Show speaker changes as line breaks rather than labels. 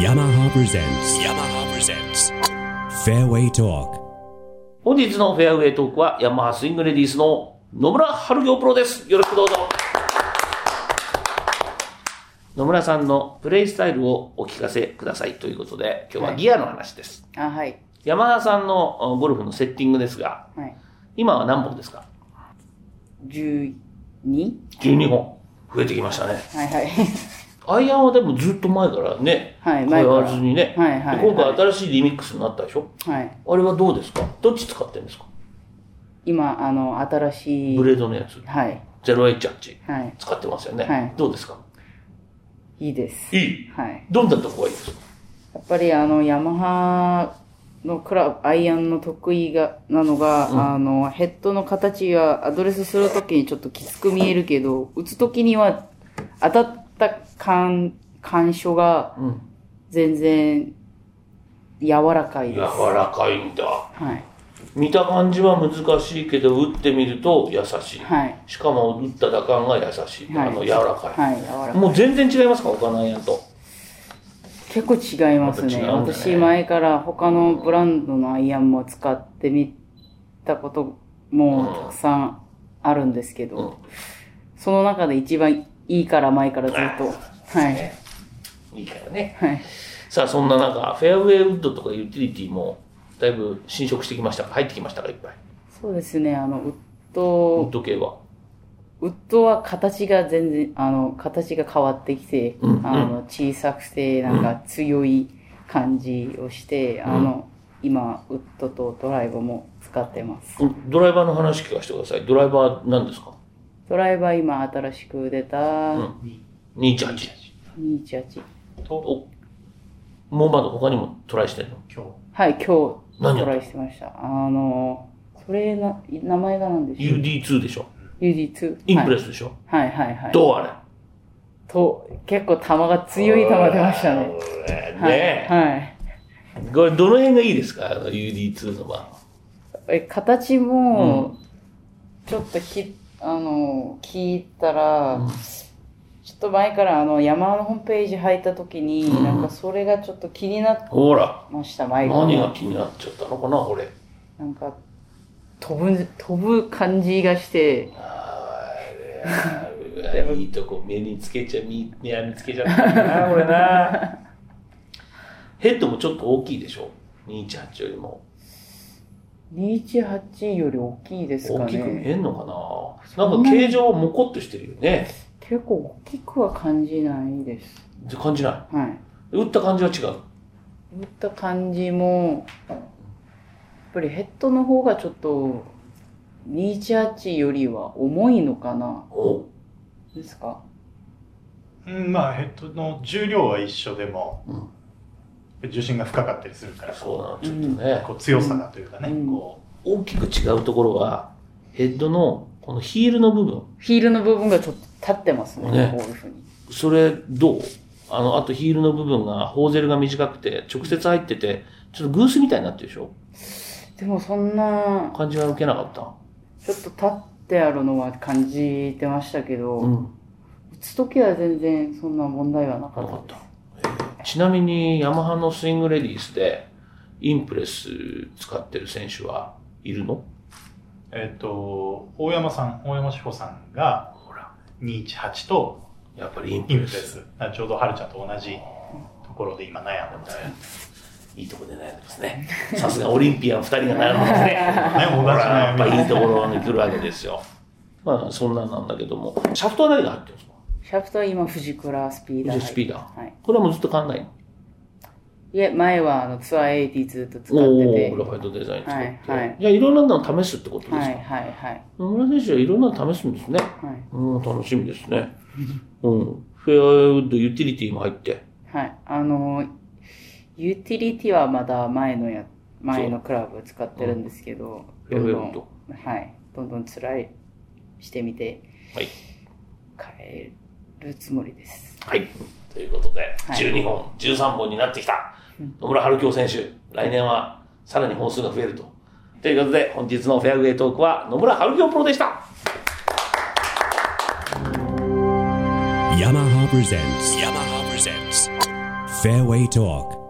yamaha presents yamaha presents fairway talk
本日のフェアウェイトークは、ヤマハスイングレディースの野村春行プロです。よろしくどうぞ。野村さんのプレイスタイルをお聞かせくださいということで、今日はギアの話です。
あ、はい。
ヤマハさんのあゴルフのセッティングですが、
はい。
今は何本ですか
12?
?12 本。増えてきましたね。
はいはい。
アイアンはでもずっと前からね、
はい
変
前から
わらずにね、
はいはい
で今回新しいリミックスになったでしょ
はい。
あれはどうですかどっち使ってるんですか
今、あの、新しい。
ブレードのやつ。
はい。
0H8。
はい。
使ってますよね。
はい
どうですか
いいです。
いい
はい。
どんなとこがいいですか
やっぱりあの、ヤマハのクラブ、アイアンの得意が、なのが、あの、ヘッドの形がアドレスするときにちょっときつく見えるけど、打つときには当たった感、感触が
うん。
全然柔らかいです。
柔
は
らかいんだ。
い。
見た感じは難しいけど、打ってみると優しい。
はい。
しかも、打った打感が優しい。
はい
あの、柔らかい。
はい、柔らかい。
もう全然違いますか他のアイアンと。
結構違いますね。
やっぱ違うんだね
私前から他のブランドのアイアンも使ってみたこともたくさんあるんですけど、
うん
その中で一番いいから前からずっと。はい。
ねいいからね。
はい。
さあ、そんな中、フェアウェイウッドとかユーティリティも、だいぶ侵食してきましたか入ってきましたかいっぱい。
そうですね、あの、ウ
ウ
ッ
ッ
ド、
ド系は。
ウッドは形が全然、あの、形が変わってきて、
うん
あの、小さくて、なんか強い感じをして、あの、今、ウッドとドライブも使ってます。
ドライバーの話聞かせてください。ドライバー何ですか
ドライバー今新しく出た、
?28。
218
おもうまだ他にもトライしてんの
はい今日ト
何やった
ライしてましたあのそれな名前が何でしょう
?UD2 でしょ
UD2
インプレ
ス、
スでしょ、
はい、はいはいはい
どうあれ
と結構球が強い球出ましたね
ね
はいはい
これどの辺がいいですかあの UD2 のは。
え形も、ちょっときあの聞いたら、ちょっと前からあの山のホームページ入った時に、なんかそれがちょっと気になって
ほら、
ました前から
何が気になっちゃったのかな、俺。
なんか飛ぶ飛ぶ感じがして
うわいいとこ目につけちゃ、み目につけちゃった な、俺な。ヘッドもちょっと大きいでしょ ?218 よりも。
218より大きいですか
大きく見
ね。
えんのかななんか形状はもこっとしてるよね。
結構大きくは感じないです。
じゃ感じな
はい。
い。打った感じは違う。
打った感じも、やっぱりヘッドの方がちょっと、218よりは重いのかな
お
ですか
うん、まあヘッドの重量は一緒でも、重心が深かったりするから
そうなの、ちょっとね。
こう強さがというかね、
うん
こ
大きく違うところは、ヘッドのこのヒールの部分。
ヒールの部分がちょっと立ってますね、
ね
こういうふうに。
それどうあの、あとヒールの部分が、ホーゼルが短くて、直接入ってて、ちょっとグースみたいになってるでしょ
でもそんな、
感じは受けなかった。
ちょっと立ってあるのは感じてましたけど、
うん。
打つ時は全然そんな問題はなか
な
っ
か
た
っ。た。えーちなみに、ヤマハのスイングレディースで、インプレス使ってる選手はいるの
うえっ、と大山さん大山志保さんが
ほら、
218と
やっぱりインプ
イン
レ
プレ
ス。
スだからちょうど春ちゃんと同じところで今悩んでますね
いいとこで悩んでますね。さすがオリンピアン2人が悩んでますね。
同
ほ
じ
ら、や
悩
っ
み
ぱいいところに来るわけですよ。まあ、そんなんなんだけども、シャフトは何が入ってるんですか
シャフトは今、藤倉スピーダー入って。
スピーダー
はい。
これはもうずっと変わんないの
いえ、前はあのツアー80ずっと使っ
お
て
おー
て
グ。ラファイトデザイン使って、
はいはい
じゃあいろんなのを試すってことですか、
はいはいはい。
野村選手はいろんなの試すんですね
はい。
うん楽しみです ねうんフェアウェイウッドユーティリティも入って
はい。あの、ユーティリティはまだ前のや、前のクラブを使ってるんですけど、
うん
どん
レ
ど
ベルと
ん、はい。どんどんトライしてみて、
はい
変えるつもりです。
はいということで、
はい
12本13本になってきた野村春京選手来年はさらに本数が増えるとということで本日のフェアウェイトークは野村春京プロでした
yamaha presents yamaha presents Fairway Talk